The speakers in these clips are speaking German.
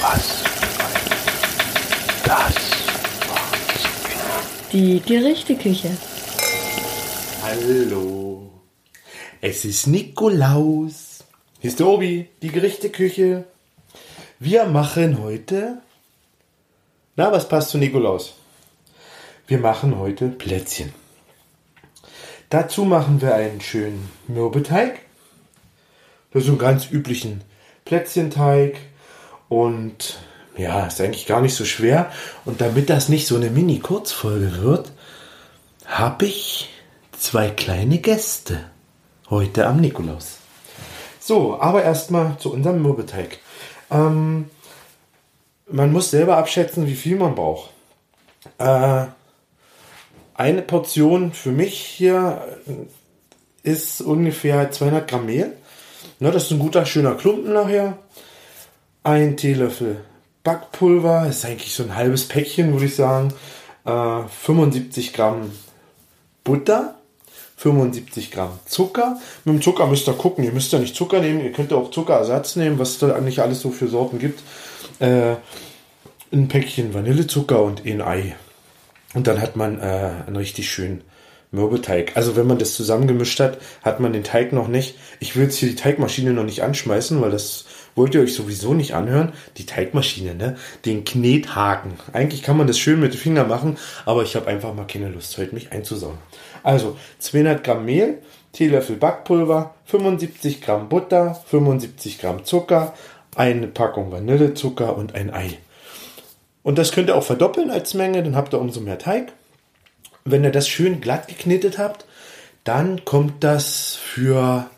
Was? Das war Sabine. Die Gerichteküche. Hallo. Es ist Nikolaus. Hier ist der Obi, die Gerichteküche. Wir machen heute. Na, was passt zu Nikolaus? Wir machen heute Plätzchen. Dazu machen wir einen schönen Mürbeteig. Das ist so einen ganz üblichen Plätzchenteig. Und ja, ist eigentlich gar nicht so schwer. Und damit das nicht so eine Mini-Kurzfolge wird, habe ich zwei kleine Gäste heute am Nikolaus. So, aber erstmal zu unserem Mürbeteig. Ähm, man muss selber abschätzen, wie viel man braucht. Äh, eine Portion für mich hier äh, ist ungefähr 200 Gramm Mehl. Na, das ist ein guter, schöner Klumpen nachher. Ein Teelöffel Backpulver, das ist eigentlich so ein halbes Päckchen, würde ich sagen. Äh, 75 Gramm Butter, 75 Gramm Zucker. Mit dem Zucker müsst ihr gucken. Ihr müsst ja nicht Zucker nehmen. Ihr könnt ja auch Zuckerersatz nehmen, was es da eigentlich alles so für Sorten gibt. Äh, ein Päckchen Vanillezucker und ein Ei. Und dann hat man äh, einen richtig schönen Mürbeteig. Also wenn man das zusammengemischt hat, hat man den Teig noch nicht. Ich will jetzt hier die Teigmaschine noch nicht anschmeißen, weil das wollt ihr euch sowieso nicht anhören. Die Teigmaschine, ne? Den Knethaken. Eigentlich kann man das schön mit den Fingern machen, aber ich habe einfach mal keine Lust, heute mich einzusauen. Also 200 Gramm Mehl, Teelöffel Backpulver, 75 Gramm Butter, 75 Gramm Zucker, eine Packung Vanillezucker und ein Ei. Und das könnt ihr auch verdoppeln als Menge, dann habt ihr umso mehr Teig. Wenn ihr das schön glatt geknetet habt, dann kommt das für,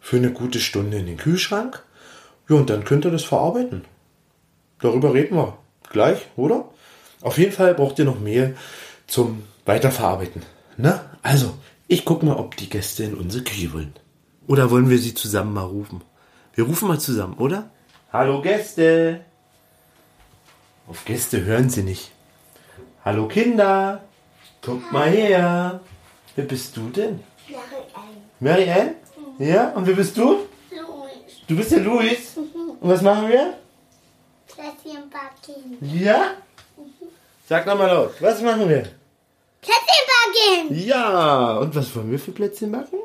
für eine gute Stunde in den Kühlschrank. Ja, und dann könnt ihr das verarbeiten. Darüber reden wir gleich, oder? Auf jeden Fall braucht ihr noch Mehl zum Weiterverarbeiten. Ne? Also, ich guck mal, ob die Gäste in unsere Küche wollen. Oder wollen wir sie zusammen mal rufen? Wir rufen mal zusammen, oder? Hallo Gäste! Auf Gäste hören sie nicht. Hallo Kinder! Kommt mal her! Wer bist du denn? Mary Ann? Ja, und wer bist du? Louis, Du bist der Luis. Und was machen wir? Plätzchen backen. Ja? Sag doch mal laut. Was machen wir? Plätzchen backen! Ja. Und was wollen wir für Plätzchen backen?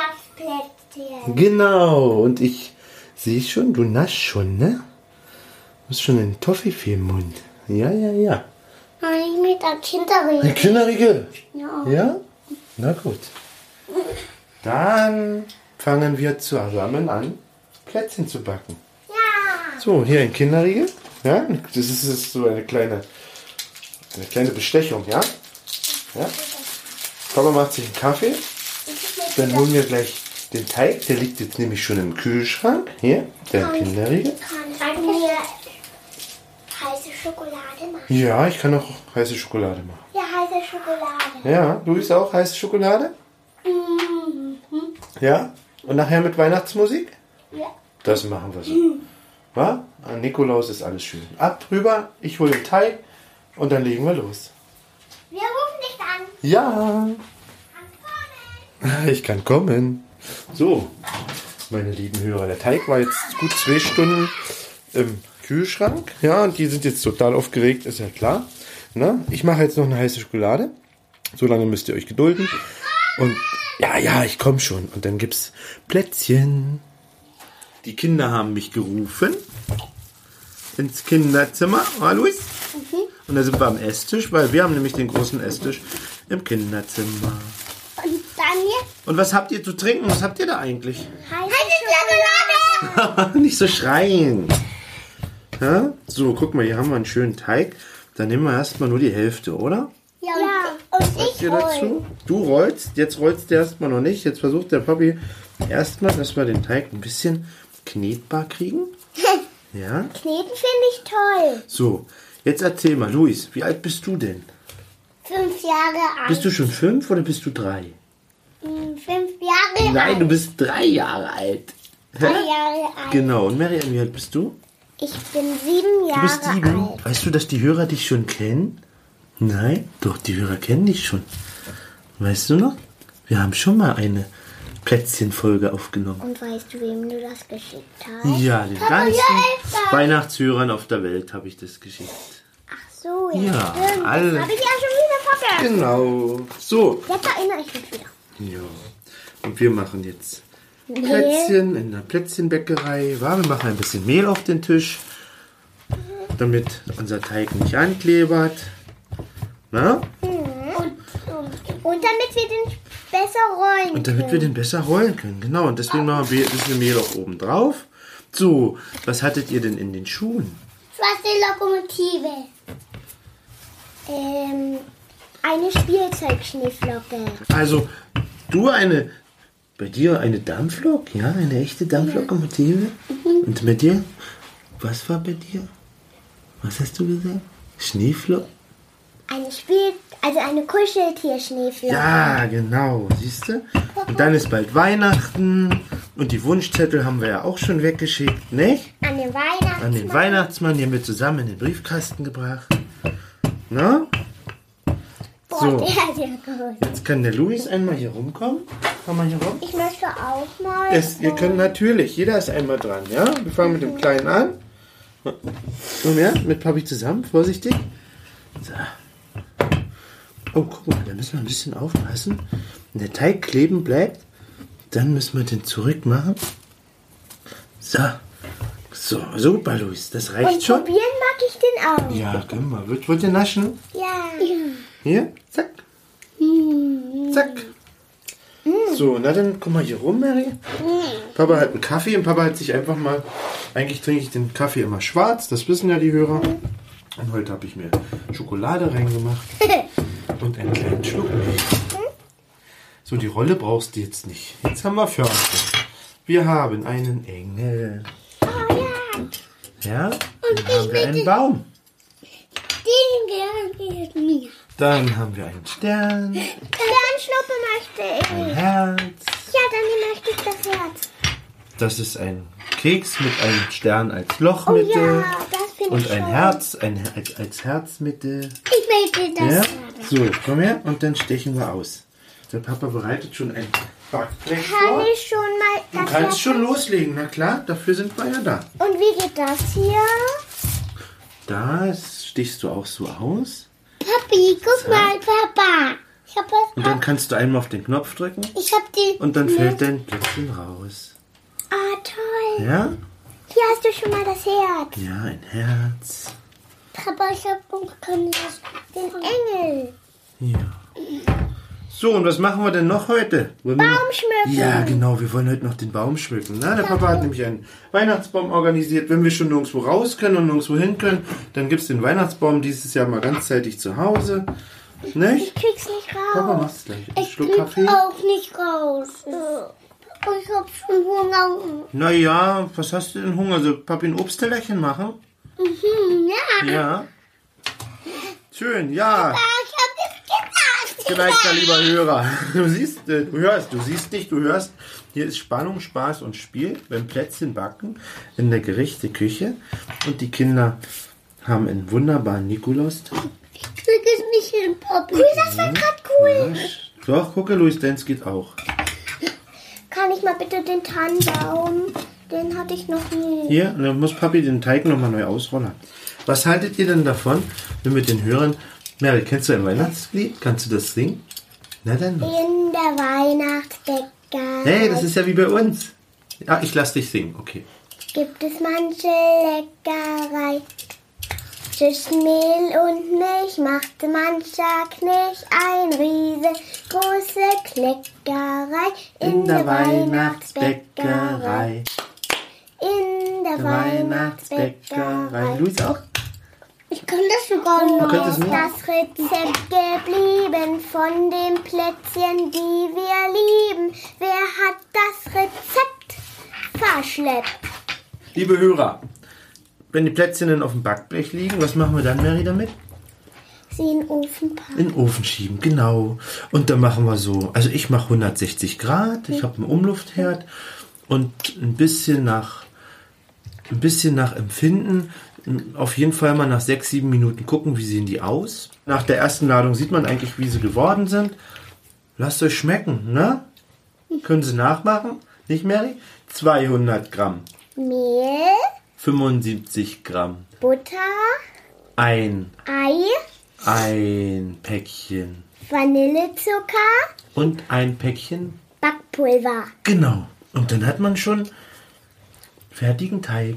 Weihnachtsplätzchen. Genau. Und ich sehe schon, du naschst schon, ne? Du hast schon einen Toffifee im Mund. Ja, ja, ja. Kann ich mit der Kinderring? Eine Kinderriegel. Ja. Ja? Na gut. Oh. Dann fangen wir zusammen an, Plätzchen zu backen. Ja. So, hier ein Kinderriegel. Ja, das ist, ist so eine kleine, eine kleine Bestechung, ja? ja? Papa macht sich einen Kaffee. Dann holen wir gleich den Teig. Der liegt jetzt nämlich schon im Kühlschrank. Hier, der Kinderriegel. Kann mir heiße Schokolade machen? Ja, ich kann auch heiße Schokolade machen. Ja, heiße Schokolade. Ja, du isst auch heiße Schokolade? Ja? Und nachher mit Weihnachtsmusik? Ja. Das machen wir so. Wa? An Nikolaus ist alles schön. Ab, rüber, ich hole den Teig und dann legen wir los. Wir rufen dich an. Ja! Ich kann kommen. So, meine lieben Hörer, der Teig war jetzt gut zwei Stunden im Kühlschrank. Ja, und die sind jetzt total aufgeregt, ist ja klar. Ne? Ich mache jetzt noch eine heiße Schokolade. So lange müsst ihr euch gedulden. Und ja, ja, ich komme schon. Und dann gibt's Plätzchen. Die Kinder haben mich gerufen ins Kinderzimmer. Hallo, Luis. Und da sind wir am Esstisch, weil wir haben nämlich den großen Esstisch im Kinderzimmer. Und dann jetzt Und was habt ihr zu trinken? Was habt ihr da eigentlich? heiße, Schokolade. Nicht so schreien. Ja? So, guck mal, hier haben wir einen schönen Teig. Dann nehmen wir erstmal nur die Hälfte, oder? Ja, und, und ich Hier hol. dazu. Du rollst, jetzt rollst du erstmal noch nicht. Jetzt versucht der Papi erstmal, dass wir den Teig ein bisschen knetbar kriegen. Ja? Kneten finde ich toll. So, jetzt erzähl mal, Luis, wie alt bist du denn? Fünf Jahre alt. Bist du schon fünf oder bist du drei? Hm, Fünf Jahre alt. Nein, du bist drei Jahre alt. Drei Jahre alt. Genau, und Marianne, wie alt bist du? Ich bin sieben Jahre Du bist sieben. alt. Weißt du, dass die Hörer dich schon kennen? Nein, doch, die Hörer kennen dich schon. Weißt du noch? Wir haben schon mal eine, Plätzchenfolge aufgenommen. Und weißt du, wem du das geschickt hast? Oh, Ja, den Papa, ganzen wir helfen. Weihnachtshörern auf der Welt habe ich das geschickt. Ach so, ja. Ja, stimmt. alle- Das habe ich ja schon wieder vergessen. Genau. So. Jetzt erinnere ich mich wieder. Ja. Und wir machen jetzt Plätzchen in der Plätzchenbäckerei. Wa? Wir machen ein bisschen Mehl auf den Tisch, Mhm. damit unser Teig nicht anklebert. Na? Und damit wir den besser rollen. Und damit wir den besser rollen können, genau. Und deswegen machen wir ein bisschen Mehl auch oben drauf. So, was hattet ihr denn in den Schuhen? Schwarze Lokomotive. Ähm, eine Spielzeugschneeflocke. Also, du eine, bei dir eine Dampflok, ja, Mhm. eine echte Dampflokomotive. Und bei dir, was war bei dir? Was hast du gesagt? Schneeflok? Eine Spiel... Also eine Kuscheltierschneeflocke. Ja, genau, siehst du? Und dann ist bald Weihnachten und die Wunschzettel haben wir ja auch schon weggeschickt, nicht? An An den den Weihnachtsmann. Weihnachtsmann, die haben wir zusammen in den Briefkasten gebracht. Na? Boah, So. der ist ja groß. Jetzt kann der Luis einmal hier rumkommen. Komm mal hier rum. Ich möchte auch mal... Es, ihr könnt natürlich, jeder ist einmal dran, ja? Wir fangen mit dem Kleinen an. Komm her, mit Papi zusammen, vorsichtig. So. Oh, guck mal, da müssen wir ein bisschen aufpassen. Wenn der Teig kleben bleibt, dann müssen wir den zurück machen. So. So, super, Luis, das reicht Und schon. probieren mag ich den auch. Ja, können wir. Wollt, wollt ihr naschen? Ja. Hier, zack. Zack. So, na dann komm mal hier rum, Mary. Papa hat einen Kaffee und Papa hat sich einfach mal. Eigentlich trinke ich den Kaffee immer schwarz, das wissen ja die Hörer. Und heute habe ich mir Schokolade reingemacht und einen kleinen Schluck. Milch. So, die Rolle brauchst du jetzt nicht. Jetzt haben wir Förmchen. Wir haben einen Engel. Oh Ja? ja. Dann haben wir einen Baum. Den gehört mir. Dann haben wir einen Stern, Sternschnuppe möchte ich. ein Herz. Ja, dann möchte ich das Herz. Das ist ein Keks mit einem Stern als Oh Lochmitte ja, das finde ich und ein schön. Herz ein, Her- als, als Herzmitte. Ich möchte Ja? das Herz. So, komm her und dann stechen wir aus. Der Papa bereitet schon ein Backblech Kann vor. ich schon mal Oh. Du das kannst Herz? schon loslegen, na klar, dafür sind wir ja da. Und wie geht das hier? Da stichst du auch so aus Papi, guck mal, Papa. Ich habe und dann kannst du einmal auf den Knopf drücken ich hab den. und dann fällt dein Plätzchen raus. Ah, toll. Ja? Hier hast du schon mal das Herz. Ja, ein Herz. Papa, ich hab den Engel. Ja. So, und was machen wir denn noch heute? Wollen wir noch- Baum schmücken. Ja, genau, wir wollen heute noch den Baum schmücken. Na, der Papa genau. hat nämlich einen Weihnachtsbaum organisiert. Wenn wir schon nirgendwo raus können und nirgendwo hin können, dann gibt es den Weihnachtsbaum dieses Jahr mal ganzzeitig zu Hause. Ich Nicht? krieg's nicht raus. Papa macht's gleich. Ein ich Schluck Kaffee. krieg's auch nicht raus. Papa, ich hab schon Hunger. Naja, was hast du denn Hunger? Soll Papi ein Obsttellerchen machen? Hm, ja. Ja. Schön, ja. Ah, Ich hab es gesagt. Geneigter lieber Hörer, du siehst, äh, du hörst, du siehst nicht, du hörst. Hier ist Spannung, Spaß und Spiel beim Plätzchen backen in der Gerichteküche und die Kinder haben einen wunderbaren Nikolaustag. Krieg es nicht hin, Papi. Cool, das war grad cool. Doch, gucke, Luis Dance geht auch. Kann ich mal bitte den Tannenbaum? Den hatte ich noch nie. Hier, und dann muss Papi den Teig nochmal neu ausrollen. Was haltet ihr denn davon, wenn wir den Hörern... Mary, kennst du ein Weihnachtslied? Kannst du das singen? Na dann. In der Weihnachtsbäckerei Hey, das ist ja wie bei uns. Ah, ich lass dich singen, okay. gibt es manche Leckerei. Zwischen Mehl und Milch machte mancher Knecht ein riesengroße Kleckerei. In der Weihnachtsbäckerei. In der Weihnachtsbäckerei. Weihnachtsbäckerei. Luis auch? Ich kann das sogar noch. könntest du das Rezept geblieben von den Plätzchen, die wir lieben. Wer hat das Rezept verschleppt? Liebe Hörer, wenn die Plätzchen dann auf dem Backblech liegen, was machen wir dann, Mary, damit? Sie in den Ofen packen. In den Ofen schieben, genau. Und dann machen wir so, also ich mache 160 Grad, ich habe einen Umluftherd und ein bisschen nach, ein bisschen nach Empfinden, auf jeden Fall mal nach 6, 7 Minuten gucken, wie sehen die aus. Nach der ersten Ladung sieht man eigentlich, wie sie geworden sind. Lasst euch schmecken, ne? Können Sie nachmachen? Nicht, Mary? 200 Gramm, Mehl, 75 Gramm, Butter, ein, Ei, ein Päckchen Vanillezucker, und ein Päckchen Backpulver. Genau. Und dann hat man schon fertigen Teig.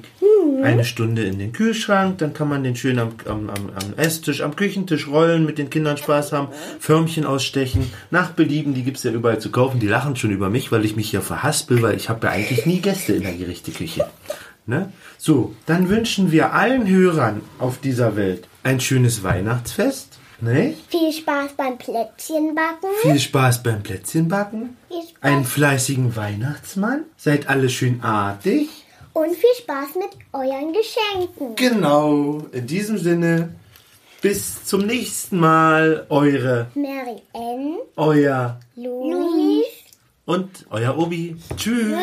Eine Stunde in den Kühlschrank, dann kann man den schön am, am, am, am Esstisch, am Küchentisch rollen, mit den Kindern Spaß haben, Förmchen ausstechen, nach Belieben, die gibt es ja überall zu kaufen. Die lachen schon über mich, weil ich mich hier verhaspel, weil ich habe ja eigentlich nie Gäste in der Gerichteküche. Ne? So, dann wünschen wir allen Hörern auf dieser Welt ein schönes Weihnachtsfest. Nicht? Viel Spaß beim Plätzchenbacken. Viel Spaß beim Plätzchenbacken. Viel Spaß. Einen fleißigen Weihnachtsmann. Seid alle schön artig. Und viel Spaß mit euren Geschenken. Genau. In diesem Sinne, bis zum nächsten Mal. Eure, Mary N. euer Louis. und euer Obi. Tschüss.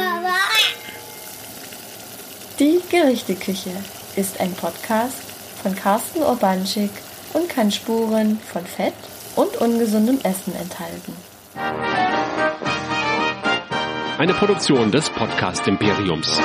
Die Gerichteküche ist ein Podcast von Carsten Urbanschik und kann Spuren von Fett und ungesundem Essen enthalten. Eine Produktion des Podcast Imperiums.